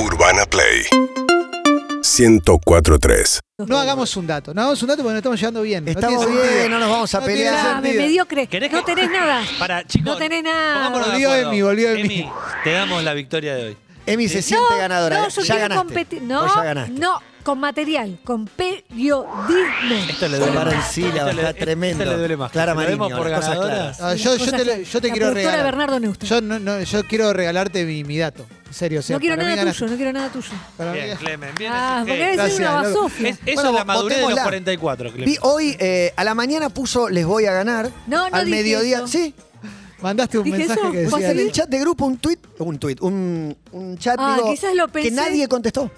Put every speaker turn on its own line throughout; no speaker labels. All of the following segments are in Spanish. Urbana Play 104.3
No hagamos un dato, no hagamos un dato porque nos estamos llevando bien. No
Estamos
tiene
bien,
sentido.
no nos vamos a
No tiene
pelear.
nada.
Ah, me
sentido.
mediocre.
¿Querés
No
que-
tenés nada.
Para, chicos.
No tenés nada.
pongámonos de
Volvió
acuerdo.
Emi, volvió Emi.
Te damos la victoria de hoy.
Emi se siente ganadora.
No,
eh.
yo
ya
quiero
ganaste.
competir.
Vos
No,
ya ganaste.
no, con material, con periodismo.
Esto le duele
Para en
más.
sílabas,
Esto le-
está
esto
tremendo.
le duele más.
Clara
Lo vemos
Mariño,
por
las cosas
ganadora.
claras.
Ah, yo, yo
Las
te,
cosas
lo-
claras.
yo te
La
quiero
productora
regalar.
Bernardo Neustadt.
Yo, no- no, yo quiero regalarte mi, mi dato. En serio, o sea,
No quiero
para mí
nada
ganas-
tuyo, no quiero nada tuyo.
para mí
Bien,
ganas-
Clemen. Bien,
Ah,
ese-
porque
eh,
eres una
gracias, loco.
basofia.
es- Eso
Bueno,
es la madurez de los
votémosla.
44, Clemen.
Vi hoy, eh, a la mañana puso Les voy a ganar.
No, no
Al
dije
mediodía.
eso.
Sí.
Mandaste un
Dije
mensaje
eso,
que
¿puedo
decía.
En el
seguir?
chat de grupo, un tweet. Un tweet. Un, un chat
Ah,
digo,
quizás lo
que
pensé.
nadie contestó.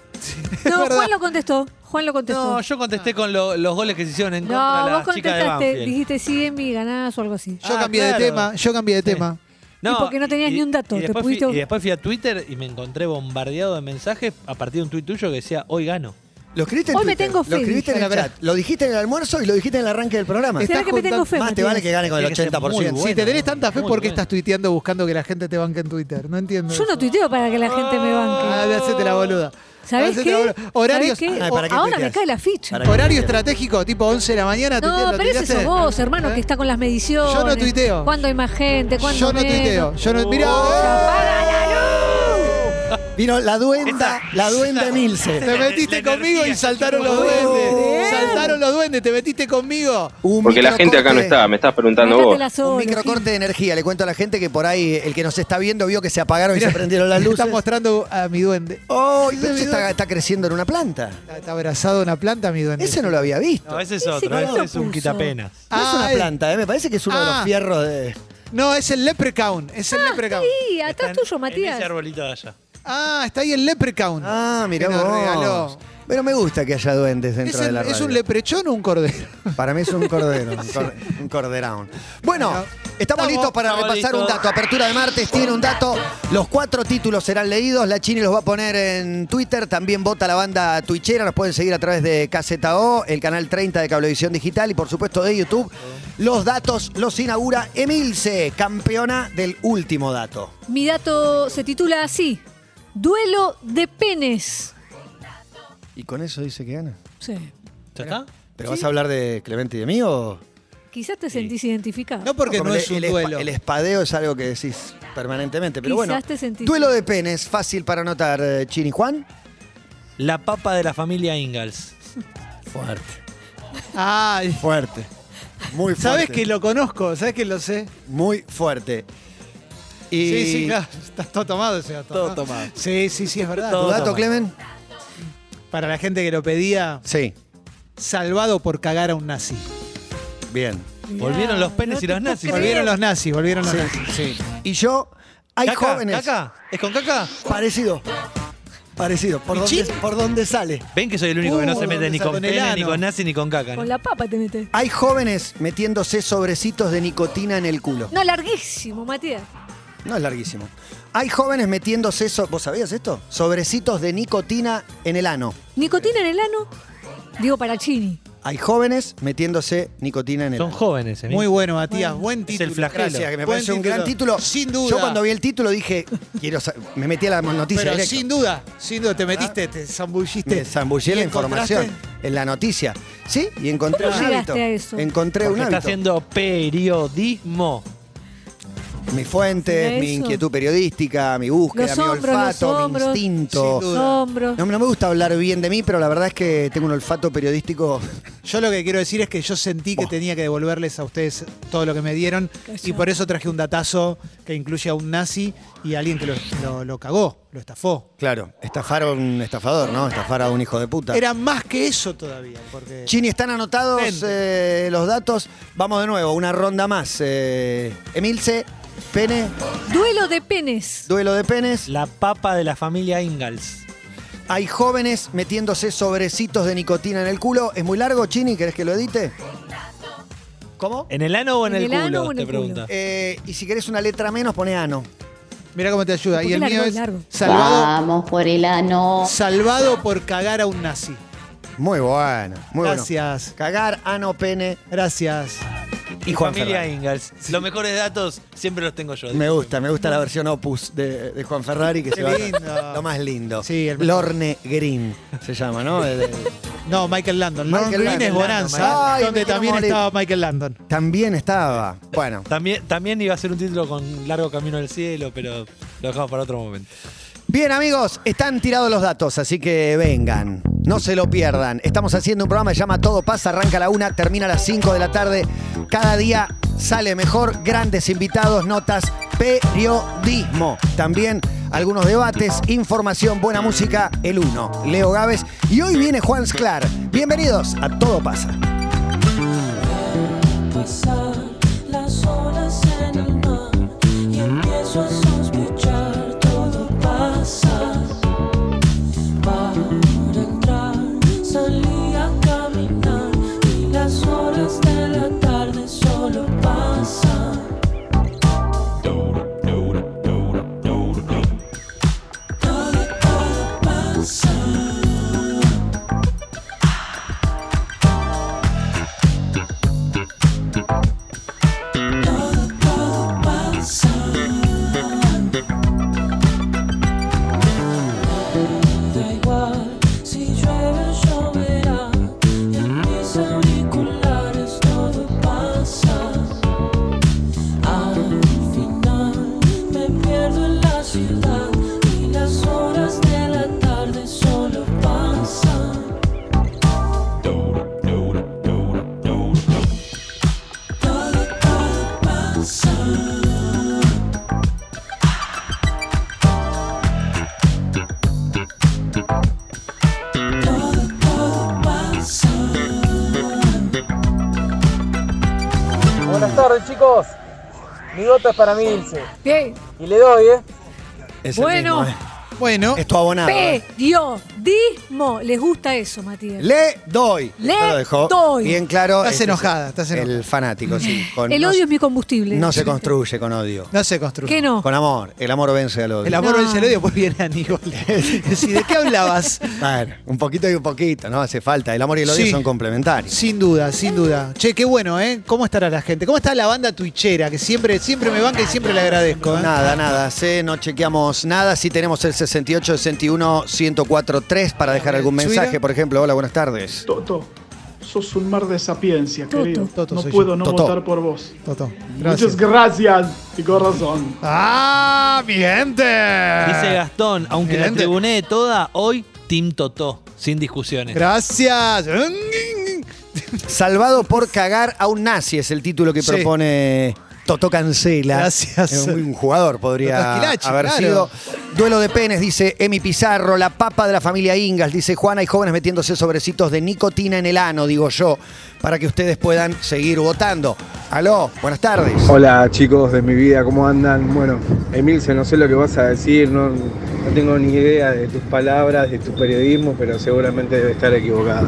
No,
verdad.
Juan lo contestó. Juan lo contestó. Ah.
No, yo contesté con lo- los goles que se hicieron en
No,
contra de
vos
las chicas de
contestaste,
Banfield.
dijiste sí, Emi, ganás o algo así.
Yo
Ah,
cambié
claro.
de tema, yo cambié de tema.
Y porque no tenías ni un dato,
Y
te
después,
pudiste-
fui, y después fui a Twitter y me encontré bombardeado de mensajes a partir de un tuit tuyo que decía, hoy gano.
Lo escribiste en
Hoy me
Twitter,
tengo fe,
Lo escribiste en
dije.
el chat. Lo dijiste en el almuerzo y lo dijiste en el arranque del programa.
Está-
¿Será que me
juntando-
tengo fe?
Más te
Matías?
vale que gane con el
Tiene que ser
80%.
muy
si
bueno,
te tenés tanta fe,
muy
¿por qué
bueno.
estás tuiteando buscando que la gente te banque en Twitter? No entiendo.
Yo no
eso.
tuiteo para que la gente me
Ah,
banque.
de hacete la boluda.
¿Sabés
Hacete
qué?
la boluda.
¿Sabés
Horarios,
qué?
Ay, ¿para qué
Ahora me
tuiteás?
cae la ficha.
Para-
horario estratégico, tipo 11 de la mañana. tuiteo,
No,
lo
pero ese
tuiteaste.
sos vos, hermano,
¿Eh?
que está con las mediciones.
Yo no tuiteo.
¿Cuándo hay más gente? ¿Cuándo
Yo no
menos?
tuiteo. Yo no. Mirá.
Oh,
eh,
¡Apaga la
¡Oh! Vino la duenda,
Esta-
la duenda Milce.
Te metiste
La
conmigo
energía
y
que
saltaron los
puedo
duendes.
creer.
Saltaron los duendes, te metiste conmigo.
Un
Porque la gente acá no
microcorte.
está, me estás preguntando
Dejate
vos.
la
Un
sola, Gil.
microcorte de energía. Le cuento a la gente que por ahí el que nos está viendo vio que se apagaron y se prendieron las
Le
luces.
Están mostrando a mi duende.
¡Oh! y pero eso está, está creciendo en una planta.
Está, está abrazado a una planta mi duende.
Ese no lo había visto.
No, ese es
Ese
otro,
que
ese
lo
es un
puso.
quitapenas.
No es una
Ah, es-
planta, ¿eh? me parece que es uno de
Ah.
los fierros de.
No, es el leprechaun. Es el leprechaun.
Sí,
Está
atrás
en-
Ah, tuyo,
En
Matías.
ese arbolito de allá.
Ah, está ahí el leprechaun.
Ah, mirá
Que nos
vos.
regaló.
Pero me gusta que haya duendes
¿Es,
dentro de
el-
la radio.
es un leprechón o un cordero?
Para mí es un cordero, un, cor- un corderón. Bueno,
Bueno,
estamos, listos para
estamos
repasar un
listos.
dato. Apertura de martes tiene un dato. Los cuatro títulos serán leídos. La Chini los va a poner en Twitter. También vota la banda Twitchera. Nos pueden seguir a través de KZO, el canal 30 de Cablevisión Digital y por supuesto de YouTube. Los datos los inaugura Emilce, campeona del último dato.
Mi dato se titula así: Duelo de penes.
Y con eso dice que gana.
Sí.
¿Ya está?
¿Pero vas a hablar de Clemente y de mí o...?
Quizás te sentís identificado.
No porque no
el-
es un
el, espa-
duelo.
El espadeo es algo que decís permanentemente. Pero
Quizás
bueno,
te sentís-
duelo de penes, fácil para anotar, eh, Chini Juan.
La papa de la familia Ingalls.
Fuerte.
Ah,
Fuerte. Muy fuerte.
sabes que lo conozco, sabes que lo sé.
Muy fuerte. Y
Sí, sí, claro. Estás todo tomado ese dato.
Todo
¿no?
tomado.
Sí, sí, sí, es verdad.
¿Tu
Todo
dato,
tomado.
Clemen?
Para la gente que lo pedía,
Sí.
salvado por cagar a un nazi.
Bien.
Mirá,
Volvieron los penes y
te
los
puedo
nazis.
creer.
Volvieron los nazis, volvieron los
Sí,
nazis.
sí. Y yo, hay
¿Caca?
jóvenes.
¿Caca? ¿Es con caca?
Parecido. Parecido. ¿Por dónde, ¿Por dónde sale?
Ven que soy el único que no
Uh,
se mete ni
esa
con
con el
pene, ni
ano.
con nazi, ni con caca. ¿no?
Con la papa te metes.
Hay jóvenes metiéndose sobrecitos de nicotina en el culo.
No, larguísimo, Matías.
No es larguísimo. Hay jóvenes metiéndose, so- ¿vos sabías esto? Sobrecitos de nicotina en el ano.
Nicotina en el ano, digo para Chini.
Hay jóvenes metiéndose nicotina en el
Son
ano.
jóvenes, ¿eh?
Muy bueno, Matías.
Bueno.
Buen
Es
título.
el flagelo.
Gracias, que me
Buen
parece un gran título.
Sin duda.
Yo cuando vi el título dije, quiero sa- me metí a la noticia
Pero
directo.
sin duda, sin duda, te metiste, te zambulliste.
Me zambullí en la
¿Y encontraste?
información, en la noticia. Sí, y encontré
¿Cómo
un
llegaste
hábito.
a eso?
Encontré
Porque
un hábito.
está haciendo periodismo.
Mis fuentes,
Mira
mi
eso.
inquietud periodística, mi búsqueda,
Los
mi
hombros,
olfato,
los
mi
hombros.
instinto.
Sin duda.
Los hombros.
No, no me gusta hablar bien de mí, pero la verdad es que tengo un olfato periodístico
Yo lo que quiero decir es que yo sentí que tenía que devolverles a ustedes todo lo que me dieron
Calla.
y por eso traje un datazo que incluye a un nazi y a alguien que lo, lo- lo cagó, lo estafó.
Claro, estafar a un estafador, ¿no? Estafar a un hijo de puta.
Era más que eso todavía, porque
Chini, están anotados eh, los datos. Vamos de nuevo, una ronda más. Eh, Emilce, pene,
Duelo de penes.
duelo de penes.
La papa de la familia Ingalls.
Hay jóvenes metiéndose sobrecitos de nicotina en el culo. ¿Es muy largo, Chini? ¿Querés que lo edite? ¿Cómo?
¿En el ano o en,
¿En
el,
el
culo?
ano o en
te
el culo?
pregunta.
Eh, y si querés una letra menos, pone ano.
mira cómo te ayuda.
¿Por
Y
qué
el
largo,
mío es
largo?
Ah.
salvado,
Vamos por el ano.
salvado por cagar a un nazi.
Muy bueno, muy bueno.
Gracias.
Cagar, ano, pene.
Gracias.
Y Juan
familia
Ferrari.
Ingalls. Los mejores datos siempre los tengo yo.
Me gusta, me gusta la versión opus de, de Juan Ferrari que
Qué
se va-
lindo.
Lo más lindo.
Sí, el-
Lorne Green se llama, ¿no? El- el-
No, Michael Landon. Lorne
Michael
Green
Landon,
es Bonanza,
Landon, Michael. Ay, me
donde
quiero
también
morir.
estaba Michael Landon.
también estaba. Bueno,
También, también iba a ser un título con largo camino al cielo, pero lo dejamos para otro momento.
Bien, amigos, están tirados los datos, así que vengan. No se lo pierdan. Estamos haciendo un programa que se llama Todo pasa, arranca a la una, termina a las 5 de la tarde. Cada día sale mejor. Grandes invitados, notas, periodismo. También algunos debates, información, buena música. El 1, Leo Gávez. Y hoy viene Juan Sclar. Bienvenidos a Todo pasa.
pasar las horas en el mar y empiezo a sospechar todo pasa para entrar salí a caminar y las horas de la tarde solo pasan todo todo pasa Todo, todo pasa. Da igual si llueve o lloverá. En mis auriculares todo pasa. Al final me pierdo en la ciudad y las horas de la tarde solo pasan. Todo, todo pasa. Todo, todo pasa.
Buenas tardes, chicos. Mi voto es para Milce.
Bien.
Y le doy, ¿eh?
Es el
Bueno.
mismo,
Bueno,
¿eh? Es tu abonado. ¿eh?
Periodismo. Les gusta eso, Matías.
Le doy.
Le
Ya lo dejó
doy.
Bien claro.
Estás
Ese es
enojada, estás enojada.
El fanático, sí. Con-
el
no
odio
se-
es mi combustible.
No se construye con odio.
no se construyó.
¿Qué no?
Con amor. El amor vence al odio.
El amor
No.
vence el odio, pues viene Aníbal. Sí, ¿De qué hablabas?
Bueno, un poquito y un poquito, ¿no? Hace falta. El amor y el odio
Sí.
son complementarios.
Sin duda, sin duda. Che, qué bueno, ¿eh? ¿Cómo estará la gente? ¿Cómo está la banda tuichera? Que siempre, siempre me banca y siempre le agradezco, ¿eh?
Nada, nada, sé, no chequeamos nada. Sí tenemos el 68 61 104 3 para dejar algún
¿Suira?
mensaje, por ejemplo. Hola, buenas tardes.
Toto, sos un mar de sapiencia,
Toto.
querido.
Toto
no
soy
puedo
yo.
no
Toto.
votar por vos.
Toto, gracias.
Muchas gracias, de corazón.
¡Ah, mi gente!
Dice Gastón, aunque la
Gente.
tribuné toda, hoy Team Totó, sin discusiones.
Gracias.
Salvado por cagar a un nazi es el título que
Sí.
propone Toto Cancela.
Gracias.
Eh, Un, un jugador
Toto
podría haber
Esquilache, claro.
sido. Duelo de penes, dice Emi Pizarro, la papa de la familia Ingalls, dice Juana, hay jóvenes metiéndose sobrecitos de nicotina en el ano, digo yo, para que ustedes puedan seguir votando. Aló, buenas tardes.
Hola chicos de mi vida, ¿cómo andan? Bueno, Emilce, no sé lo que vas a decir, no, no tengo ni idea de tus palabras, de tu periodismo, pero seguramente debe estar equivocado.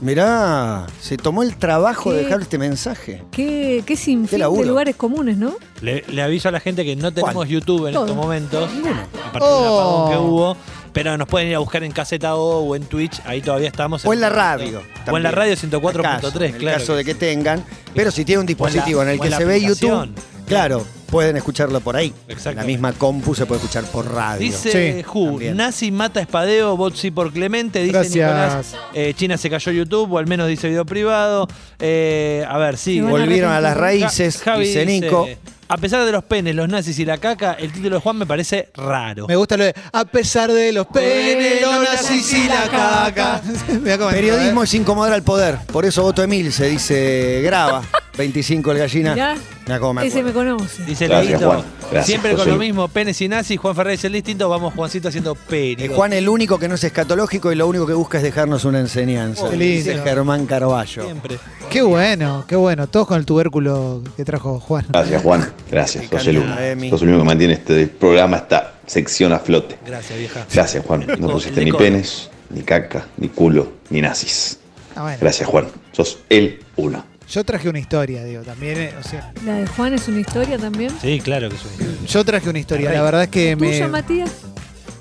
Mirá, se tomó el trabajo de
¿Qué?
dejar este mensaje.
Qué, qué
Qué
sinfín
laburo.
de lugares comunes, ¿no?
Le, le aviso a la gente que no tenemos
¿Cuál?
YouTube en
Todo.
estos momentos, a partir del
Oh.
apagón que hubo, pero nos pueden ir a buscar en Caseta O o en Twitch, ahí todavía estamos.
O en la radio.
O en la
también.
radio
Caso, En
104.3,
el
claro.
caso de que tengan. Pero si tiene un dispositivo
O
en
en la-
el
o
que
en la
se ve YouTube,
aplicación.
claro, pueden escucharlo por ahí. En la
Exactamente.
misma compu se puede escuchar por radio.
Dice
Sí,
Ju,
también.
Nazi mata a Espadeo, bot sí por Clemente, dice
Gracias.
Nicolás. eh, China se cayó YouTube, o al menos dice video privado. Eh, a ver, sí.
Se van
Volvieron a las
arrepentir.
raíces,
Ja- Javi
dice
dice,
Nico.
A pesar de los penes, los nazis y la caca, el título de Juan me parece raro.
Me gusta lo de a pesar de los penes, los nazis y la caca. Mirá cómo entró,
Periodismo
¿eh?
es incomodar al poder. Por eso voto Emil, se dice graba. 25 el gallina.
Mirá,
Mirá cómo me
ese
acuerdo.
me conoce.
Dice
Gracias,
Leito,
Juan. Gracias,
siempre con
José.
lo mismo, penes y nazis, Juan Ferrer es el distinto, vamos Juancito haciendo
Eh,
peri.
Juan el único que no es escatológico y lo único que busca es dejarnos una enseñanza.
Oh, qué lindo.
dice Germán Carballo.
Siempre.
Qué bueno, qué bueno. Todos con el tubérculo que trajo Juan.
Gracias, Juan. Gracias. Sos el, único.
cantidad,
eh,
Emi.
Sos el único que mantiene este programa, esta sección a flote.
Gracias, vieja.
Gracias, Juan. No pusiste ni
Licor.
penes, ni caca, ni culo, ni nazis.
Ah, bueno.
Gracias, Juan. Sos el uno.
Yo traje una historia, digo, también. eh, o sea,
La de Juan es una historia también.
Sí, claro que soy.
yo traje una historia. La verdad es que me.
¿Tuya, Matías?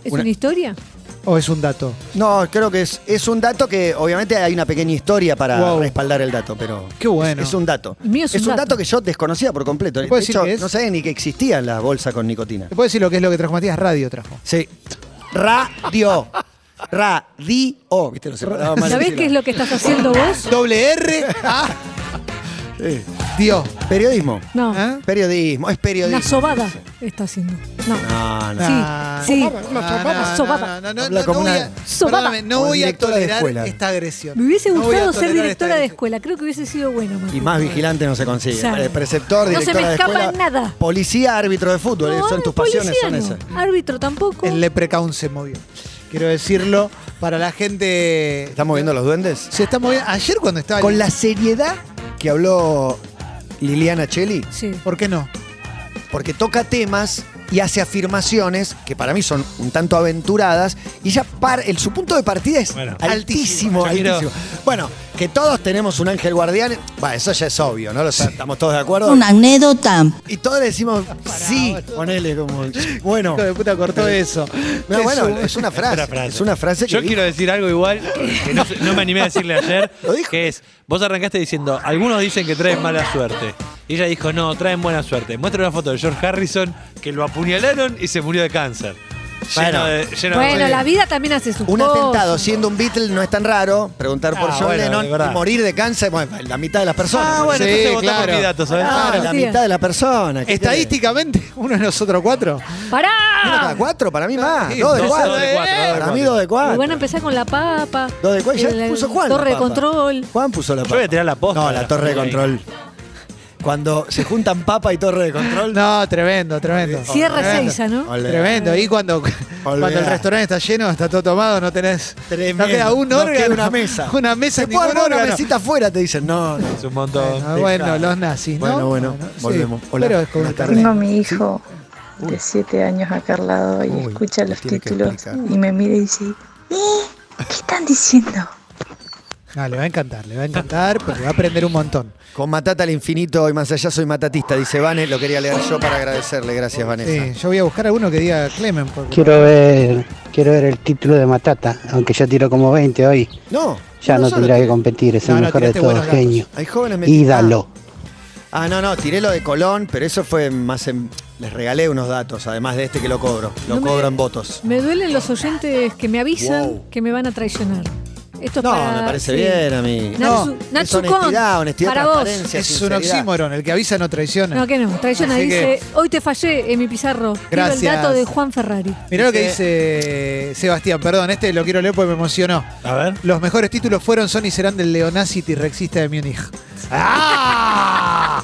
¿Es
Una-
una historia?
¿O es un dato?
No, creo que es, es un dato que obviamente hay una pequeña historia para
Wow.
respaldar el dato, pero.
Qué bueno.
Es, es un dato.
El mío es un
un dato
dato.
que yo desconocía por completo. De
¿Puedo decir
hecho,
qué es?
no sabía ni que existían las bolsas con nicotina.
¿Te puedo decir lo que es lo que trajo Matías? Radio trajo.
Sí. Radio. Radio. ¿Viste? Lo separaba mal.
¿Sabés qué es lo que estás haciendo
¿Ah?
vos?
Doble R. Ah. Dios.
Periodismo.
No,
¿Ah?
¿Eh?
Periodismo. Es periodismo.
una sobada está haciendo. No.
No, no.
Ah, No.
Sí, sí.
No,
Sobada.
No, no, no,
Habla
no
como
voy
una-
a,
Sobada.
perdóname, no
Como
voy a
directora de
tolerar
escuela.
esta agresión.
Me hubiese
No voy a
gustado ser
tolerar esta
directora de
agresión.
escuela. Creo que hubiese sido bueno. Martín.
Y más vigilante no se consigue.
Sabe.
Eh, Preceptor,
No se me
directora de
escapa
escuela.
nada.
Policía, árbitro de fútbol. eh,
No,
son tus
policía
pasiones, son
no.
esas.
Árbitro tampoco.
El leprecaun se movió. Quiero decirlo para la gente.
¿Están moviendo los duendes?
Se está moviendo. Ayer cuando estaba.
Con la seriedad que habló Liliana Cheli,
Sí.
¿Por qué no?
porque toca temas y hace afirmaciones que para mí son un tanto aventuradas y ya par- el, su punto de partida es
Bueno.
altísimo,
Yo quiero-
altísimo. Bueno, que todos tenemos un ángel guardián, va, eso ya es obvio, ¿no? Lo sa- Estamos todos de acuerdo.
anécdota.
Y todos le decimos sí, ponele como bueno.
Hijo de puta cortó eso.
No,
Te
bueno,
subo.
es una frase,
Otra frase.
es una frase que
Yo quiero decir algo igual que no, se- no me animé a decirle ayer,
Lo dijo.
que es, vos arrancaste diciendo, algunos dicen que traen mala suerte. Y ella dijo, no, traen buena suerte. Muestra una foto de George Harrison que lo apuñalaron y se murió de cáncer.
Bueno.
Lleno de- lleno de-
Bueno, la vida también hace su
un
cosa.
atentado siendo un Beatle no es tan raro, preguntar por
Ah,
John
bueno, de
Lennon
verdad.
y morir de cáncer, bueno, la mitad de las personas.
Ah,
mueren.
bueno,
Sí,
entonces votá
claro.
por mi dato, ¿sabes?
Ah,
Claro.
la mitad de la persona. ¿qué
Estadísticamente, uno de nosotros cuatro.
tiene? Uno cada
¡Pará!
cuatro, para mí más.
Sí,
Dos de
dos,
cuatro.
dos de cuatro, dos de
Para
cuatro.
mí dos de
Y van a
cuatro.
empezar con la papa.
Dos de cuatro. Ya
el-
puso Juan.
Torre
la
de
papa.
control.
Juan puso la papa.
voy a tirar la posta.
No, la torre de control. Cuando se juntan papa y torre de control.
No, tremendo, tremendo.
Oh,
Cierra
Tremendo.
Ezeiza, ¿no?
Olé.
Tremendo. Y cuando, cuando el restaurante está lleno, está todo tomado, no tenés.
Tremendo.
No queda un
No
órgano.
queda una mesa.
Una mesa,
Se puede
ningún
armar una
órgano.
mesita afuera, te dicen. No, no.
Es un montón.
Ah, bueno, los nazis, ¿no?
Bueno, bueno,
sí.
volvemos. Hola.
Pero es como
Buenas
internet.
Tengo a mi hijo de 7 años acá al lado y
Uy,
escucha los
tiene que
títulos
explicar.
y me mira y dice, "Eh, ¿qué están diciendo?
No, le va a encantar, le va a encantar porque va a aprender un montón.
Con Matata al infinito y más allá soy matatista, dice Vane. Lo quería leer yo para agradecerle. Gracias, Vanessa.
Sí, Eh, yo voy a buscar alguno que diga Clemen. Porque
Quiero ver, quiero ver el título de Matata, aunque ya tiro como 20 hoy.
No.
Ya
uno
no
solo
tendría
tiene.
que competir, es
No,
el
no,
mejor de
tiraste
todos,
buenos datos.
genio.
Hay jóvenes metidos.
Ídalo.
Ah, no, no, tiré lo de Colón, pero eso fue más en. Les regalé unos datos, además de este que lo cobro. Lo
No me-
cobro en votos.
Me duelen los oyentes que me avisan
Wow.
que me van a traicionar. Esto es
No,
para-
me parece
sí.
bien a mí.
Natsu-
no, es
Natsu
honestidad,
Kon,
honestidad,
para vos.
transparencia,
es un
sinceridad.
oxímoron, el que avisa no traiciona.
No, que no. Traiciona
Así que-
dice, hoy te fallé en mi pizarro. Quiero el
Gracias.
dato de Juan Ferrari.
Mirá lo que dice Sebastián, perdón, este lo quiero leer porque me emocionó.
A ver.
Los mejores títulos fueron son y serán del Leonazi T-Rexista de Múnich.
¡Ah!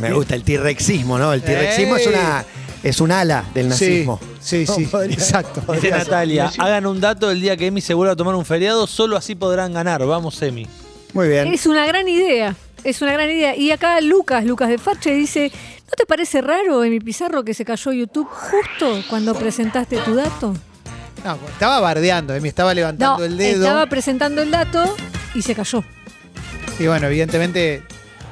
Me gusta el tirrexismo, ¿no? El tirrexismo es una. Es un ala del nazismo. Oh,
Sí, sí, sí,
No, podría-
exacto.
Dice Natalia, hagan un dato el día que Emi se vuelva a tomar un feriado, solo así podrán ganar. Vamos, Emi.
Muy bien.
Es una gran idea. Es una gran idea. Y acá Lucas, Lucas de Fache, dice, ¿no te parece raro en mi pizarro que se cayó YouTube justo cuando presentaste tu dato?
No, estaba bardeando, eh, me estaba levantando
No,
el dedo.
estaba presentando el dato y se cayó.
Y bueno, evidentemente,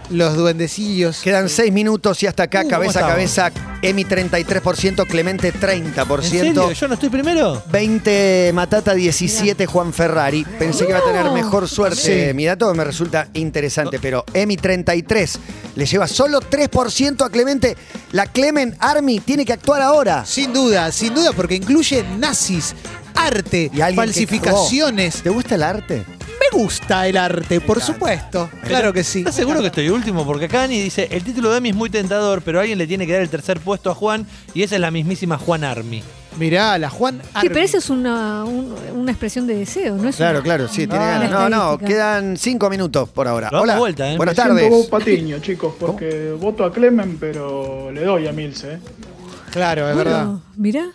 los duendecillos.
Quedan seis minutos y hasta acá,
Uh,
cabeza a
¿cómo
cabeza, Emi 33%, Clemente 30%.
¿En serio? ¿Yo no estoy primero?
20 Matata, 17 Juan Ferrari. Pensé que iba a tener
No.
mejor suerte.
Sí.
Mi dato me resulta interesante, pero Emi 33 le lleva solo 3% a Clemente. La Clemen Army tiene que actuar ahora.
Sin duda, sin duda, porque incluye nazis, arte,
Y alguien que
falsificaciones.
cagó. ¿Te gusta el arte?
Me gusta el arte, por supuesto. Claro que Eh, sí.
¿Estás seguro que estoy último? Porque acá Ani dice, el título de Emi es muy tentador, pero alguien le tiene que dar el tercer puesto a Juan, y esa es la mismísima Juan Army.
Mirá, la Juan
Sí,
Arby.
pero eso es una, un- una expresión de deseo, Ah, ¿no es?
Claro,
una-
claro, sí, tiene
una
ganas. No, no,
estadística.
quedan 5 minutos por ahora.
Lo damos
Hola.
vuelta, ¿eh?
Buenas
Me siento Bob
tardes.
Patiño, chicos, porque voto a Clemen, pero le doy a Milce. ¿eh?
Claro, es
Bueno,
verdad.
Mirá.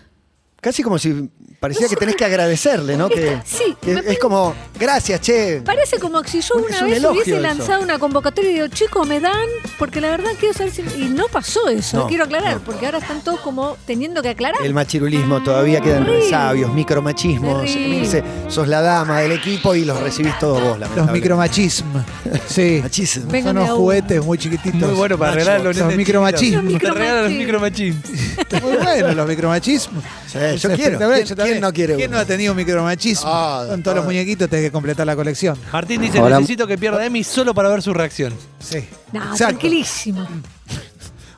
Casi como si parecía que tenés que agradecerle, ¿no? Que,
Sí,
que
me
es
parece-
como, gracias, che.
Parece como que si yo
Es
una
un
vez
elogio
hubiese
eso.
lanzado una convocatoria y digo, chicos, me dan, porque la verdad quiero saber si. Y no pasó eso,
No,
quiero aclarar, porque ahora están todos como teniendo que aclarar.
El machirulismo todavía quedan
Horrible.
resabios, micromachismos.
Terrible.
Emilce, sos la dama del equipo y los recibís todos vos,
Los
lamentablemente.
micromachismos. Sí.
Machismo.
Son
Vengan de
unos
a uno.
juguetes muy chiquititos.
Muy bueno para
Nacho,
regalarlo.
Son micromachismos.
Los
Te regalan los
micromachismos.
micromachismos.
Muy bueno los micromachismos.
Sí,
Es
yo quiero.
espectacular,
¿Quién-
yo
quién ¿Quién no quiere
¿Quién
uno?
no ha tenido micromachismo?
Ah,
Con todos los muñequitos tenés que completar la colección.
Martín dice,
Hola.
necesito que pierda Emi solo para ver su reacción.
Sí.
No,
Exacto.
tranquilísimo.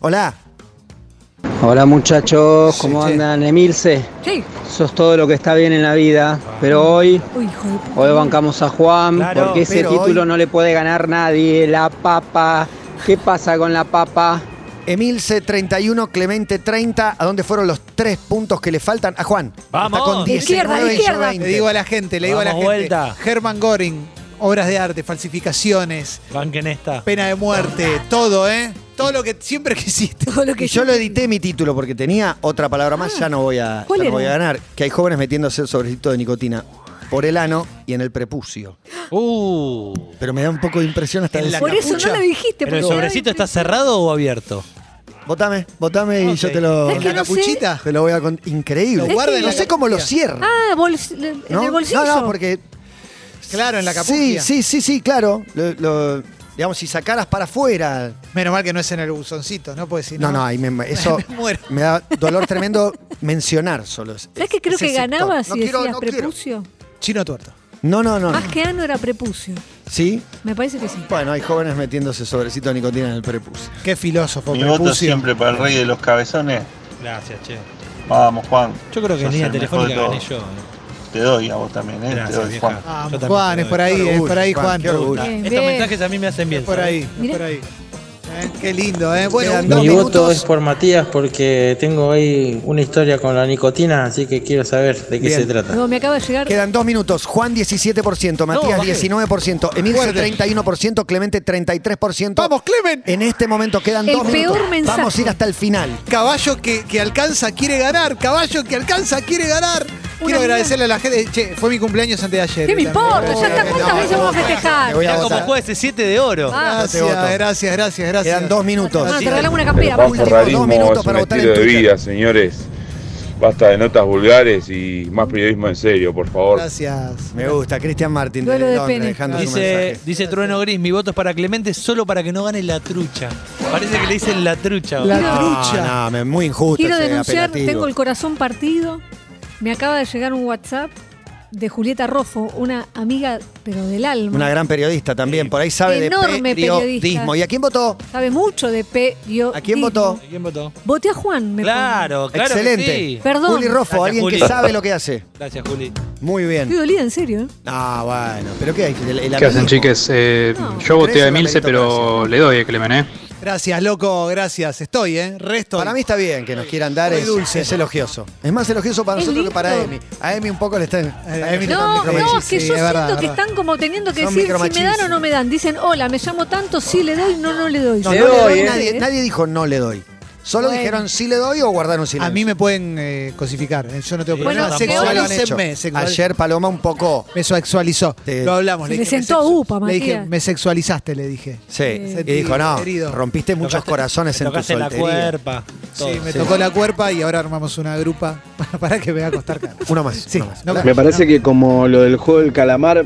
Hola.
Hola muchachos, ¿cómo
Sí, sí.
andan? Emilce,
Sí.
sos todo lo que está bien en la vida, pero hoy,
Uy, hijo de puta.
hoy bancamos a Juan
Claro,
porque ese
pero
título
hoy-
no le puede ganar nadie. La papa, ¿qué pasa con la papa?
Emilce 31, Clemente 30. ¿A dónde fueron los tres puntos que le faltan? A Juan.
Vamos.
Está con
De
Oh, izquierda,
19
de
y yo
izquierda.
20.
Le digo a la gente, le digo a la
Vamos,
gente.
vuelta.
Germán Goring, obras de arte, falsificaciones,
Banquen esta.
pena de muerte, todo, ¿eh? Todo lo que siempre quisiste.
Todo lo
Y
que Ah,
yo lo edité mi título porque tenía otra palabra más, ya no voy a,
¿cuál
ya no voy a
era?
ganar. Que hay jóvenes metiéndose el sobrecito de nicotina por el ano y en el prepucio.
Uh.
Pero me da un poco de impresión hasta
En
decir.
la
Por eso no
capucha,
lo dijiste.
¿Pero el
porque-
sobrecito está cerrado o abierto?
Votame, votame y
Ok.
yo te lo,
¿Sabes que
¿La
no sé?
capuchita?
te lo voy a contar. Increíble.
Lo guarda en
no
la
sé cómo lo
capucha.
cierra.
Ah, bols- le- en
¿no?
el bolsillo.
No, no, porque.
Claro, en la capucha.
Sí, sí, sí, sí, claro. Lo- lo- digamos, si sacaras para afuera.
Menos mal que no es en el buzoncito, ¿no? Pues si
No,
no.
no, ahí me- eso
Me muero.
me da dolor tremendo mencionar solo. ese-
¿Sabes que creo
ese
que
sector.
ganaba
No
si
quiero,
decías Ah.
no quiero.
prepucio?
Chino tuerto.
No, no, no.
Más que ano era prepucio.
Sí.
Me parece que sí.
Bueno, hay jóvenes metiéndose sobrecito de nicotina en el prepucio.
Qué filósofo,
Mi voto
prepucio.
siempre para el rey de los cabezones.
Gracias, che.
Vamos, Juan.
Yo creo que en
Sos
línea
el mejor de
telefónica gané
todos.
yo. eh.
Te doy a vos también, ¿eh?
Gracias,
te doy,
vieja.
Juan.
Vamos,
Yo también
Juan,
te
es
doy.
por ahí,
Qué
es por ahí,
orgullo,
Juan.
Juan, qué orgullo.
Bien,
Estos
bien.
mensajes a mí me hacen bien.
Es por
¿sabes?
ahí, es
Mira.
por ahí. Eh, Qué lindo, ¿eh? Bueno,
Quedan
dos
Mi
minutos.
voto es por Matías porque tengo ahí una historia con la nicotina, así que quiero saber de qué
Bien.
se trata.
No, me acaba de llegar.
Quedan dos minutos. Juan 17%, Matías
bajé.
19%, Emilce 31%, Clemente 33%.
Vamos, Clemen.
En este momento quedan
El
dos
peor
minutos.
mensaje.
Vamos a ir hasta el final.
Caballo que, que alcanza quiere ganar, caballo que alcanza quiere ganar. Quiero
amiga.
agradecerle a la gente. Che, fue mi cumpleaños antes de ayer. eh,
¿Qué me
También.
importa? Ya está, ¿cuántas
No,
veces vamos a
Me
festejar?
voy a
Está como
votar.
jueves de 7 de oro.
Ah,
Te voto.
Gracias, gracias, gracias, gracias.
Quedan dos minutos.
Bueno, te regalamos una campera,
El
Martín.
dos
panferradismo
minutos
es un
para votar en
estilo de
Twitter.
vida, señores. Basta de notas vulgares y más periodismo en serio, por favor.
Gracias.
Me gusta, Cristian Martín de
Duelo de
Londres,
pene.
dejando su
Dice,
mensaje.
dice Trueno Gris, mi voto es para Clemente solo para que no gane la trucha. Parece que le dicen la trucha.
La
Quiero-
trucha.
No, no, es muy injusto
Quiero
ese
denunciar,
apelativo.
tengo el corazón partido. Me acaba de llegar un WhatsApp de Julieta Rojo, una amiga, pero del alma.
Una gran periodista también, por ahí sabe de
Enorme
periodismo.
periodista.
¿Y a quién votó?
Sabe mucho de periodismo.
¿A quién votó?
¿Quién votó?
Voté a Juan, me
Claro, claro
Excelente.
que sí.
Perdón.
Juli Roffo,
Gracias,
alguien que
Juli.
sabe lo que hace.
Gracias, Juli.
Muy
pone. Estoy
bien.
dolida, en serio. ¿eh?
Ah, bueno, pero ¿qué hay? El- el
¿Qué hacen,
apelativo.
chiques? Eh,
No.
yo voté
Crece
a
la
Emilce, pero
meritocracia.
le doy a Clemen, ¿eh?
Gracias, loco, gracias. Estoy, ¿eh? Resto.
Para mí está bien que nos quieran dar,
Muy
es,
dulce.
es elogioso. Es más elogioso para
Es
nosotros que para
lindo.
Emi. A Emi un poco le está... A Emi le está
No, no, es
micromachismo.
que
Sí,
yo
es
siento
verdad,
que
verdad.
están como teniendo que
Son
decir si me
micromachismos.
dan o no me dan. Dicen, hola, me llamo tanto, sí le doy, no, no le doy.
No,
Yo
no le
no
doy,
¿eh?
nadie, nadie dijo no le doy. Solo
Bueno.
dijeron sí le doy o guardaron silencio.
A mí me pueden eh, cosificar. eh, Yo no tengo problema.
Sí, bueno,
Eso lo han
Sexualícenme,
hecho.
sexual-
Ayer Paloma un poco...
Me sexualizó.
Te-
Lo hablamos.
Se
le
le
dije, me
sentó
sexu-
upa,
Le dije,
Matías.
me sexualizaste, le dije.
Sí, y
sentí
dijo, no,
herido.
rompiste muchos
Tocaste-
corazones en tu
tocaste la
soltería.
cuerpa.
Sí, me
todo.
tocó la cuerpa y ahora armamos una grupa para que me va a costar caro.
Uno más,
Sí,
uno más.
no-
Me parece que como lo del juego del calamar,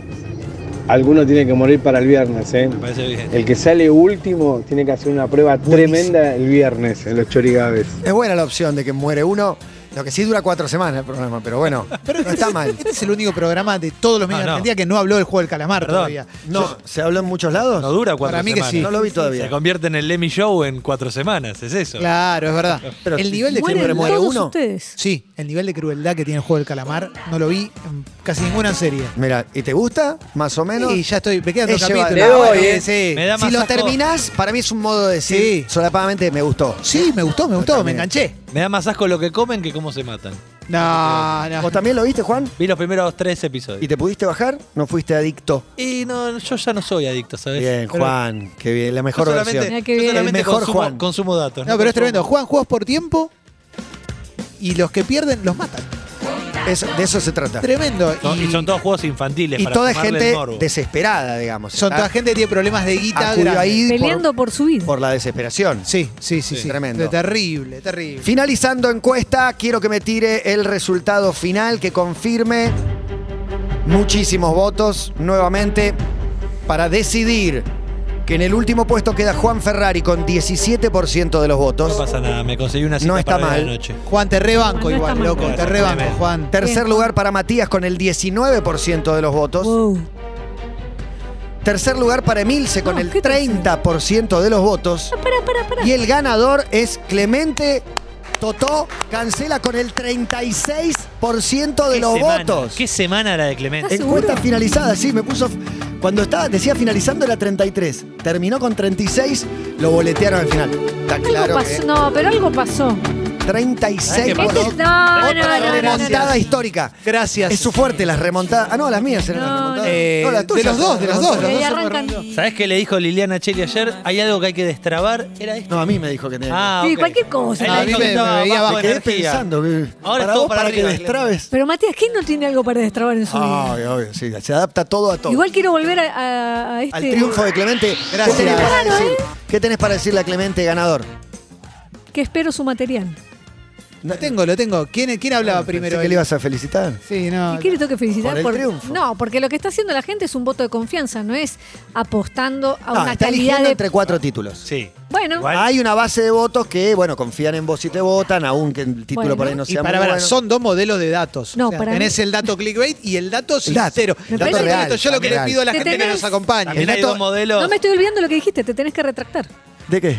alguno tiene que morir para el viernes, ¿eh?
Me parece bien.
El que sale último tiene que hacer una prueba tremenda el viernes en los chorigabes.
Es buena la opción de que muere uno. Lo que sí dura cuatro semanas el programa, pero bueno, no está mal.
Este es el único programa de todos los medios
Ah,
de
no.
Argentina que no habló del juego del calamar
Perdón.
todavía.
No, ¿se habló en muchos lados?
No dura cuatro
Para mí que
semanas.
sí.
No lo vi
Se
todavía.
convierte en el Lemmy Show en cuatro semanas, es eso.
Claro, es verdad.
Pero
el
si
nivel de
muere
crueldad.
Mueren
muere
todos
uno.
ustedes.
Sí, el nivel de crueldad que tiene el juego del calamar no lo vi en casi ninguna serie.
Mira, ¿y te gusta? Más o menos.
Y ya estoy, me quedan dos
Es llevar-
capítulos.
Le doy,
Ah, bueno,
eh.
sí.
Me da
si
más
lo
asco.
terminás, para mí es un modo de decir,
Sí.
solapadamente me gustó.
Sí, me gustó, me gustó, me
también.
enganché.
Me da más asco lo que comen que cómo se matan.
No, no.
¿Vos también lo viste, Juan?
Vi los primeros tres
¿Y
episodios.
te pudiste bajar? ¿No fuiste adicto?
Y no, yo ya no soy adicto, ¿sabes?
Bien,
Pero
Juan, qué bien, la mejor
yo solamente,
versión.
Ah, qué bien.
yo solamente
El mejor
consumo,
Juan.
consumo datos.
No, pero es tremendo.
consumo-
Juegan juegos por tiempo y los que pierden los matan.
Eso- de eso se trata.
Tremendo.
Son- y son todos juegos infantiles.
Y
para
toda
fumarle el
gente
morbo.
desesperada, digamos.
Son toda gente que tiene problemas de guita
Acudió
grande.
ahí por-
Peleando por su vida.
por la desesperación.
Sí, sí, sí,
Sí.
sí.
Tremendo.
Terrible, terrible.
Finalizando encuesta, quiero que me tire el resultado final que confirme muchísimos votos nuevamente para decidir Que en el último puesto queda Juan Ferrari con 17% de los votos.
No pasa nada, me conseguí una cita
No está
para hoy a
mal.
la noche.
Juan, te rebanco
No está
igual,
mal.
loco. Te
Bueno,
rebanco,
bien.
Juan.
Tercer lugar para Matías con el 19% de los votos. Tercer lugar para Emilce con el 30% de los votos.
Ah,
Y el ganador es Clemente Totó, cancela con el 36% de
¿Qué
los
semana?
votos.
¿Qué semana la de Clemente?
Encuesta finalizada, sí, me puso. Cuando estaba, decía finalizando era 33. Terminó con 36, lo boletearon al final. Está
Algo
claro. eh.
pasó-
que
No, pero algo pasó.
36
¿Qué pasó?
votos.
Este- no, no,
Otra
no, no,
remontada
no.
histórica.
Gracias.
Es su fuerte las remontadas. Ah, no, las mías eran las remontadas.
Eh,
No, las
de
tuyas
los dos,
eran
de los dos.
remontadas.
Los dos
Y Eh, arrancan.
¿Sabés qué le dijo Liliana Cheli ayer? Hay algo que hay que destrabar. Era esto.
No, a mí me dijo que tenía. que-
Ah,
Sí,
ok.
cualquier cosa.
Él
A
le
mí
dijo
me-
que estaba
me veía
bajo
bajo,
de
quedé
energía.
pensando que-
Ahora
para
es todo
vos,
para,
para que
arriba.
destrabes.
Pero Matías, ¿quién no tiene algo para destrabar en su vida?
Ay, obvio, sí, se adapta todo a Ah, todo.
Igual quiero volver a, a- a este. eh?
Al triunfo de Clemente.
Gracias.
¿Qué tenés para,
Claro,
decir? ¿Qué tenés para decirle a Clemente ganador?
Que espero su material.
Lo tengo, lo tengo. ¿Quién, quién hablaba primero?
Ah, Pensé que
él?
le ibas a felicitar.
Sí, no.
¿Y qué le tengo que felicitar?
Ah, Por el triunfo.
No, porque lo que está haciendo la gente es un voto de confianza, no es apostando a
No,
una
Ah, está
calidad
eligiendo
de.
entre cuatro títulos.
Sí.
Bueno,
Igual.
Hay una base de votos que, bueno, confían en vos si te votan, aún que el título
Bueno.
por ahí no
Y
sea
para
muy
ver,
bueno.
son dos modelos de datos.
No,
O sea,
para mí-
tenés el dato clickbait y el dato
El dato,
sincero.
el dato
Entonces,
real,
Yo lo que le
real.
pido a la
Te
gente que
tenés-
nos acompañe.
También hay
dato-
dos modelos.
no me estoy olvidando lo que dijiste, te tenés que retractar.
¿De qué?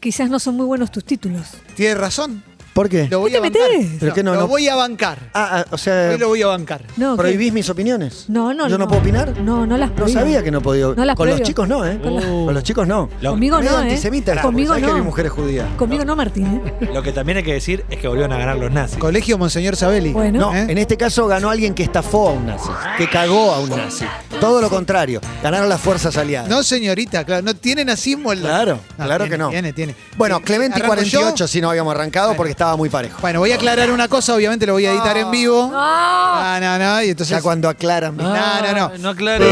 Quizás no son muy buenos tus títulos.
Tienes razón.
¿Por qué?
Lo voy
te
a bancar.
metés?
Pero que no,
lo
no-
voy a bancar.
Ah, ah, o sea,
Hoy lo voy a bancar.
No, ¿qué?
¿prohibís mis opiniones?
No, no,
¿Yo no puedo opinar?
No, no las
No
prohíbo.
sabía que no podía.
No las
Con los
prohíbo.
chicos no, ¿eh?
Con las-
Con los chicos no.
Lo,
Conmigo
Medio
no, ¿eh?
antisemita esto, porque
Conmigo
sabés que mi
no.
mujer es judía.
Conmigo no, Martín. ¿eh?
lo que también hay que decir es que volvieron a ganar los nazis.
Colegio Monseñor Sabelli.
Bueno.
No,
¿Eh?
en este caso ganó alguien que estafó a un nazi, que cagó a un nazi. Todo lo contrario, ganaron las fuerzas aliadas.
No, señorita, claro. No tiene nazismo el dato.
Claro,
No,
claro
tiene,
que no.
Tiene, tiene.
Bueno,
Eh,
Clemente y
¿arranco
48
yo?
si no habíamos arrancado porque estaba muy parejo.
Bueno, voy a aclarar una cosa, obviamente lo voy a editar en vivo. No, no, no. Y entonces.
Ya cuando aclaran. ¿viste?
No, no, no.
Ah, No
Eh.
aclaré.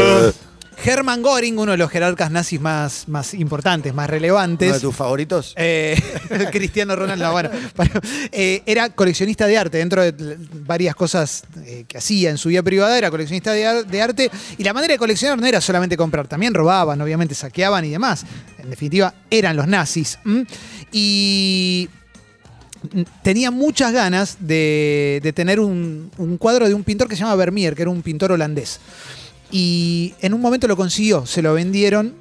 Hermann Göring, uno de los jerarcas nazis más, más importantes, más
¿Uno de
relevantes.
tus favoritos?
Eh, Cristiano Ronaldo, bueno, para- eh, era coleccionista de arte, dentro de l- varias cosas eh, que hacía en su vida privada, era coleccionista de, ar- de arte, y la manera de coleccionar no era solamente comprar, también robaban, obviamente saqueaban y demás. En definitiva, eran los nazis. ¿m? Y tenía muchas ganas de, de tener un, un cuadro de un pintor que se llama Vermeer, que era un pintor holandés. Y en un momento lo consiguió, se lo vendieron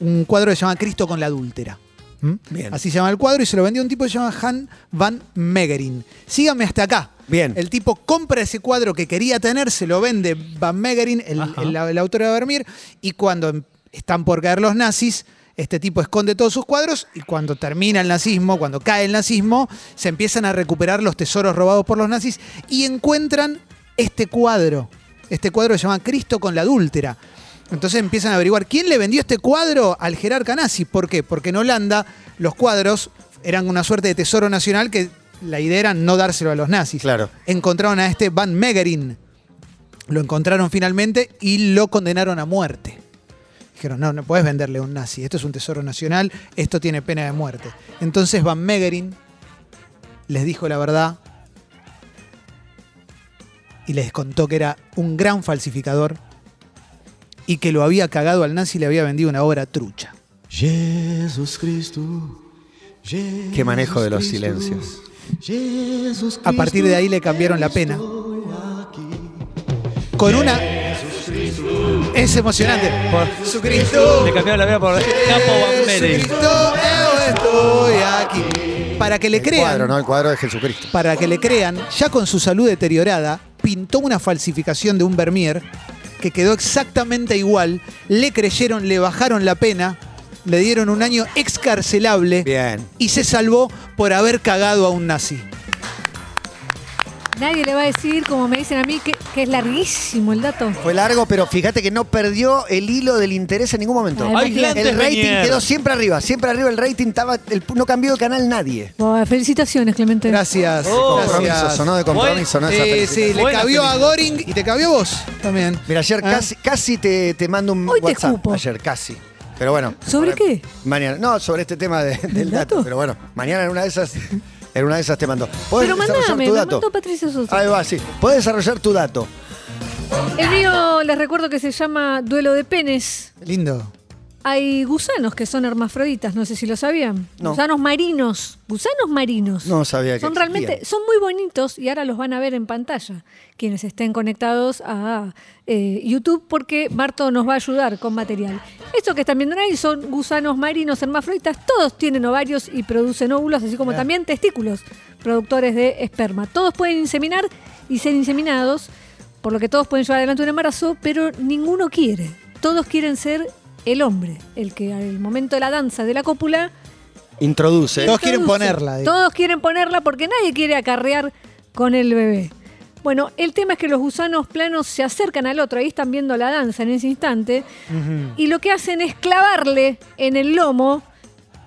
un cuadro que se llama Cristo con la adúltera. ¿Mm?
Bien.
Así se llama el cuadro y se lo vendió un tipo que se llama Han van Meegeren. Síganme hasta acá.
Bien.
El tipo compra ese cuadro que quería tener, se lo vende Van Meegeren, el,
Ajá.
el- el autor de Vermeer, y cuando em- están por caer los nazis, este tipo esconde todos sus cuadros y cuando termina el nazismo, cuando cae el nazismo, se empiezan a recuperar los tesoros robados por los nazis y encuentran este cuadro. Este cuadro se llama Cristo con la adúltera. Entonces empiezan a averiguar quién le vendió este cuadro al jerarca nazi. ¿Por qué? Porque en Holanda los cuadros eran una suerte de tesoro nacional que la idea era no dárselo a los nazis.
Claro.
Encontraron a este Van Meegeren. Lo encontraron finalmente y lo condenaron a muerte. Dijeron, no, no puedes venderle a un nazi. Esto es un tesoro nacional, esto tiene pena de muerte. Entonces Van Meegeren les dijo la verdad y les contó que era un gran falsificador y que lo había cagado al nazi y le había vendido una obra trucha.
Qué manejo de los silencios.
A partir de ahí le cambiaron la pena. Con una... Es emocionante.
Por-
Jesucristo.
Le cambiaron la vida por Capo Van Meegeren.
Jesucristo, yo estoy aquí. Para que le
El cuadro,
crean,
¿no? El cuadro de Jesucristo.
para que le crean, ya con su salud deteriorada, pintó una falsificación de un Vermeer que quedó exactamente igual. Le creyeron, le bajaron la pena, le dieron un año excarcelable
Bien.
y se salvó por haber cagado a un nazi.
Nadie le va a decir, como me dicen a mí, que, que es larguísimo el dato.
Fue largo, pero fíjate que no perdió el hilo del interés en ningún momento.
Ay, Ay,
Glantes
el rating
Bernier.
quedó siempre arriba, siempre arriba el rating estaba, el- no cambió de canal nadie.
Bueno, felicitaciones, Clemente.
Gracias.
Oh.
Compromiso,
gracias.
sonó de compromiso, ¿no? Esa
Sí, sí,
felicitación.
le
Buena
cabió a Goring y te cabió a vos también.
Mira, ayer
Ah.
casi, casi te, te mando un
Hoy te
WhatsApp.
escupo.
Ayer casi. Pero bueno.
¿Sobre
Para-
qué?
Mañana. No, sobre este tema de- del dato.
dato?
Pero bueno, mañana en una de esas, en una de esas te mando. ¿Podés
Pero
desarrollar
mandame,
tu
me
dato?
mandó Patricia Sosa.
Ahí va, sí. Podés desarrollar tu dato. Ah.
El mío, les recuerdo que se llama Duelo de Penes.
Lindo.
Hay gusanos que son hermafroditas, no sé si lo sabían.
No.
Gusanos marinos. Gusanos marinos.
No sabía que
Son
existían.
realmente, son muy bonitos y ahora los van a ver en pantalla, quienes estén conectados a eh, YouTube, porque Marto nos va a ayudar con material. Esto que están viendo ahí son gusanos marinos hermafroditas, todos tienen ovarios y producen óvulos, así como
Mirá.
también testículos, productores de esperma. Todos pueden inseminar y ser inseminados, por lo que todos pueden llevar adelante un embarazo, pero ninguno quiere. Todos quieren ser el hombre, el que al momento de la danza de la cópula
Introduce.
Todos quieren
introduce.
ponerla. digo.
Todos quieren ponerla porque nadie quiere acarrear con el bebé. Bueno, el tema es que los gusanos planos se acercan al otro, ahí están viendo la danza en ese instante, y lo que hacen es clavarle en el lomo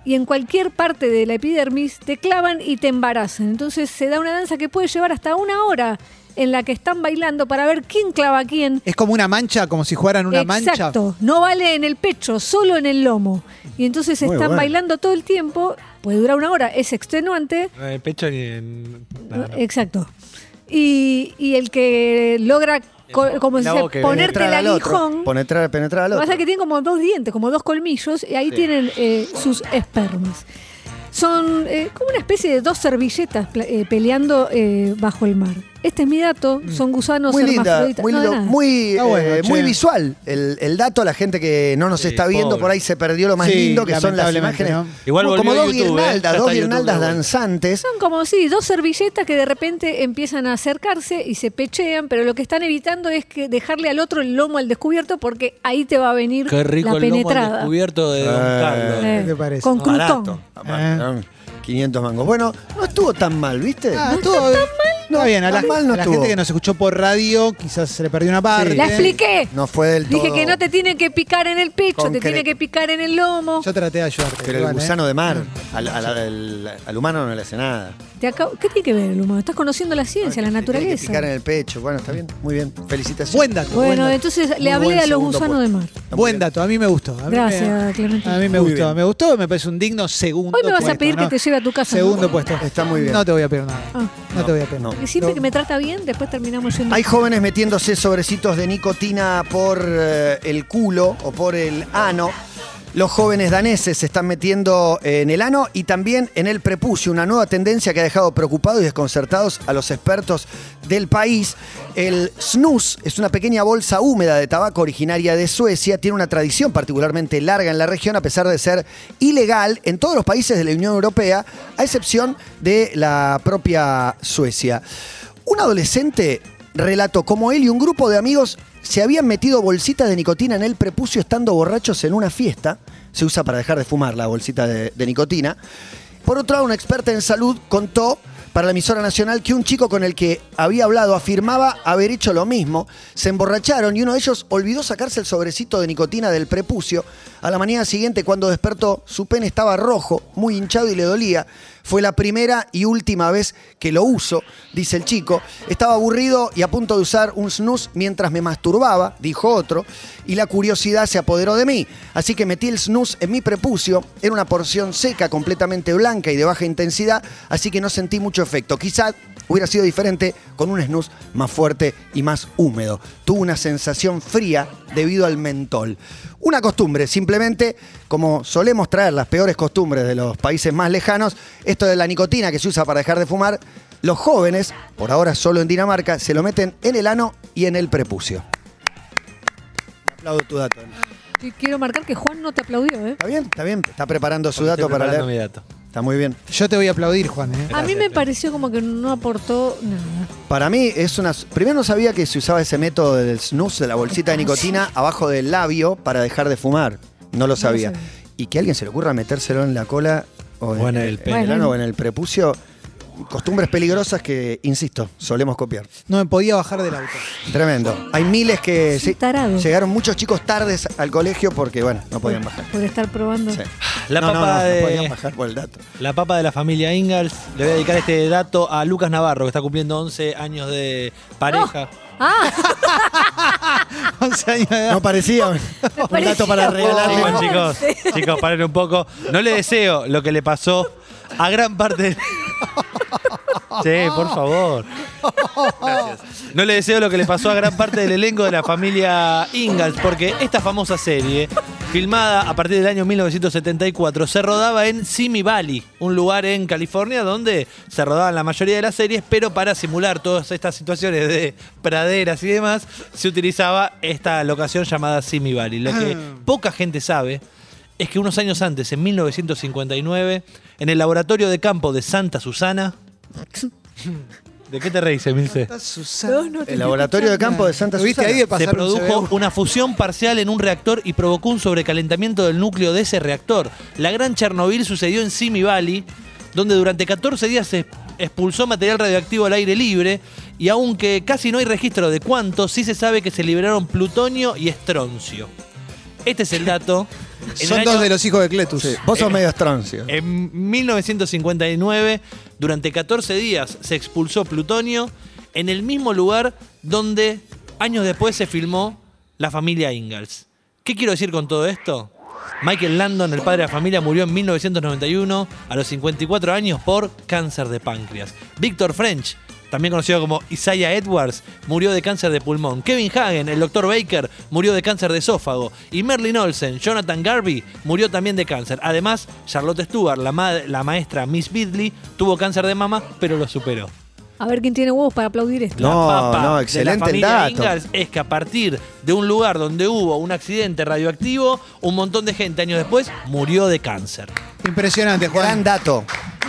y en cualquier parte de la epidermis te clavan y te embarazan. Entonces se da una danza que puede llevar hasta una hora en la que están bailando para ver quién clava a quién
Es como una mancha, como si jugaran una mancha.
Exacto, no vale en el pecho, solo en el lomo. Y entonces
Muy
están
bueno.
bailando todo el tiempo, puede durar una hora, es extenuante,
No, en el pecho ni en. no, no.
exacto. Y, y el que logra, co- como se
La
dice,
boca, que
ponerte el
penetrar al otro.
aguijón,
Penetrar, penetrar al
lo que pasa
otro.
es que tiene como dos dientes, como dos colmillos, y ahí
Sí.
tienen eh, sus espermas. Son eh, como una especie de dos servilletas pla- eh, peleando eh, bajo el mar. Este es mi dato, son gusanos
Mm. Muy linda,
hermafroditas.
muy,
No, de
lindo,
nada.
muy,
Está bueno,
eh,
che.
muy visual el, el dato. La gente que no nos está viendo
pobre.
por ahí se perdió lo más
Sí,
lindo que son las
lamentablemente,
imágenes.
¿no?
Igual
como,
volvió
como dos
YouTube, ¿eh?
guirnaldas,
Ya
dos
está YouTube
guirnaldas
de vuelta.
danzantes.
Son como, sí, dos servilletas que de repente empiezan a acercarse y se pechean, pero lo que están evitando es que dejarle al otro el lomo al descubierto porque ahí te va a venir
Qué rico
la
el lomo al
penetrada.
descubierto de Don Carlos.
Eh,
¿Qué te parece?
Con crutón.
Ah,
Aparte, 500 mangos. Bueno, no estuvo tan mal, ¿viste?
Eh. Ah, todo- Está bien, a la,
tan mal no
a la
estuvo.
gente que nos escuchó por radio, quizás se le perdió una parte.
La expliqué.
No fue del todo.
Dije que no te tiene que picar en el pecho,
Concreto.
te tiene que picar en el lomo.
Yo traté de ayudarte.
Pero el
igual, ¿eh?
gusano de mar, al, al- al- al humano no le hace nada.
Te acabo- ¿Qué tiene que ver el humano? Estás conociendo la ciencia, la
Tiene Ah, que
naturaleza.
picar en el pecho. Bueno, está bien, muy bien. Felicitaciones.
Buen dato. buen
Bueno,
dato.
entonces
Muy
le hablé
buen
a los
segundo
gusanos de mar.
Buen dato, a mí me gustó. A mí
Gracias,
me,
Clementina.
a mí me
Muy
gustó,
bien.
me gustó, me parece un digno segundo
Hoy me vas a
puesto,
pedir
¿no?
que te lleve a tu casa. ¿no?
Segundo puesto.
Está muy bien.
No te voy a pedir nada.
Ah,
No, te voy a pedir
no.
que siempre que me trata bien, después terminamos yendo.
Hay jóvenes metiéndose sobrecitos de nicotina por eh, el culo o por el ano. Los jóvenes daneses se están metiendo en el ano y también en el prepucio, una nueva tendencia que ha dejado preocupados y desconcertados a los expertos del país. El snus es una pequeña bolsa húmeda de tabaco originaria de Suecia, tiene una tradición particularmente larga en la región a pesar de ser ilegal en todos los países de la Unión Europea, a excepción de la propia Suecia. Un adolescente relató cómo él y un grupo de amigos se habían metido bolsitas de nicotina en el prepucio estando borrachos en una fiesta. Se usa para dejar de fumar la bolsita de, de nicotina. Por otro lado, una experta en salud contó para la emisora nacional que un chico con el que había hablado afirmaba haber hecho lo mismo. Se emborracharon y uno de ellos olvidó sacarse el sobrecito de nicotina del prepucio. A la mañana siguiente, cuando despertó, su pene estaba rojo, muy hinchado y le dolía. Fue la primera y última vez que lo uso, dice el chico. Estaba aburrido y a punto de usar un snus mientras me masturbaba, dijo otro, y la curiosidad se apoderó de mí. Así que metí el snus en mi prepucio. Era una porción seca, completamente blanca y de baja intensidad, así que no sentí mucho efecto. Quizá hubiera sido diferente con un snus más fuerte y más húmedo. Tuvo una sensación fría debido al mentol. Una costumbre, simplemente como solemos traer las peores costumbres de los países más lejanos, esto de la nicotina que se usa para dejar de fumar, los jóvenes, por ahora solo en Dinamarca, se lo meten en el ano y en el prepucio. Aplaudo tu dato. ¿Está
Y quiero marcar que Juan no te aplaudió, ¿eh?
bien? ¿Está bien? Está preparando su
Estoy
dato para
preparando
leer.
mi dato.
Está muy bien.
Yo te voy a aplaudir, Juan. ¿eh?
A mí me
Gracias.
pareció como que no aportó nada.
Para mí es una... Primero no sabía que se usaba ese método del snus, de la bolsita de nicotina, abajo del labio para dejar de fumar. No lo sabía.
sabía.
Y que a alguien se le ocurra metérselo en la cola o en,
O en el
el, en
pene.
el ano o en el prepucio. Costumbres peligrosas que, insisto, solemos copiar.
No me podía bajar del auto.
Tremendo. Hay miles que
Es un tarado.
llegaron muchos chicos tardes al colegio porque, bueno, no podían bajar.
Por estar probando.
Sí.
La
no, no,
papa
no,
de-
no podían bajar por el dato.
La papa de la familia Ingalls. Le voy a dedicar este dato a Lucas Navarro, que está cumpliendo 11 años de pareja.
Ah,
11 años de edad.
No parecía un un dato para
parecía.
regalarle.
Oh.
Chicos, chicos, chicos, paren un poco. No le deseo lo que le pasó a gran parte de... Che, por favor. Gracias. No le deseo lo que le pasó a gran parte del elenco de la familia Ingalls, porque esta famosa serie Filmada a partir del año 1974, se rodaba en Simi Valley, un lugar en California donde se rodaban la mayoría de las series, pero para simular todas estas situaciones de praderas y demás, se utilizaba esta locación llamada Simi Valley. Lo que poca gente sabe es que unos años antes, en 1959, en el laboratorio de campo de Santa Susana. ¿De qué te reís, Emilce?
Susana.
El laboratorio de campo de Santa
Lo viste
Susana.
ahí de pasar
se
un
produjo
CBU.
una fusión parcial en un reactor y provocó un sobrecalentamiento del núcleo de ese reactor. La gran Chernobyl sucedió en Simi Valley, donde durante 14 días se expulsó material radioactivo al aire libre y aunque casi no hay registro de cuántos, sí se sabe que se liberaron plutonio y estroncio. Este es el dato. En el
Son
año- Eh,
dos de los hijos de Cletus.
Vos sos medio estroncio.
en 1959, durante 14 días, se expulsó plutonio en el mismo lugar donde años después se filmó La familia Ingalls. ¿Qué quiero decir con todo esto? Michael Landon, el padre de la familia, murió en 1991 a los 54 años por cáncer de páncreas. Victor French, también conocido como Isaiah Edwards, murió de cáncer de pulmón. Kevin Hagen, el doctor Baker, murió de cáncer de esófago. Y Merlin Olsen, Jonathan Garvey, murió también de cáncer. Además, Charlotte Stewart, la, ma- la maestra Miss Bidley, tuvo cáncer de mama, pero lo superó.
A ver quién tiene huevos para aplaudir esto.
La
No,
papa
no,
de la
excelente el
familia
dato.
Ingalls es que a partir de un lugar donde hubo un accidente radioactivo, un montón de gente años después murió de cáncer.
Impresionante,
Gran
Juan.
dato.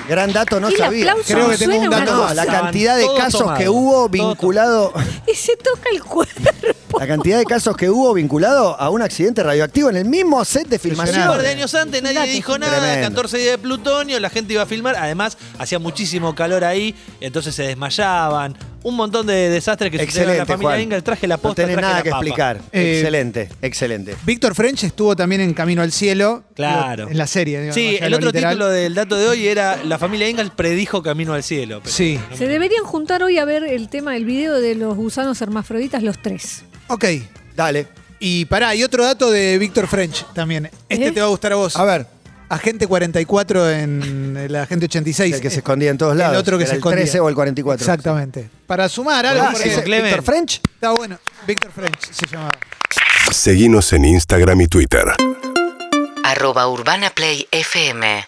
Gran dato, no
El
sabía.
aplauso
Creo que
suena
tengo un
una
dato.
No,
cosa.
la
Estaban
cantidad de
todos
casos
tomados.
que hubo
Todos
vinculado.
Y se toca el cuerpo.
La cantidad de casos que hubo vinculado a un accidente radioactivo en el mismo set de
Un par de
filmación.
años antes nadie dijo nada,
Tremendo.
14 días de plutonio, la gente iba a filmar, además hacía muchísimo calor ahí, entonces se desmayaban, un montón de desastres que sucedieron en la
Excelente,
familia
Juan.
Ingalls, traje la
No
posta,
tenés
traje
nada
la
que
papa.
explicar.
Eh,
excelente, excelente.
Víctor French estuvo también en Camino al Cielo.
Claro.
En la serie. digamos,
Sí,
más allá de
el
lo
otro
literal.
título del dato de hoy era La familia Ingalls predijo camino al cielo. pero
Sí.
no me-
Se deberían juntar hoy a ver el tema del video de los gusanos hermafroditas, los tres.
Ok.
Dale.
Y pará, hay otro dato de Víctor French también. Este
¿Eh?
te va a gustar a vos.
A ver,
Agente 44 en el Agente 86.
el que se escondía en todos
El
lados.
otro que
Era
se escondía.
El 13 o el 44.
Exactamente. Para sumar algo,
Ah,
porque
Buenísimo,
ese,
Clemen.
Víctor French.
está bueno. Víctor French se llamaba.
Seguinos en Instagram y Twitter.
Arroba Urbana Play FM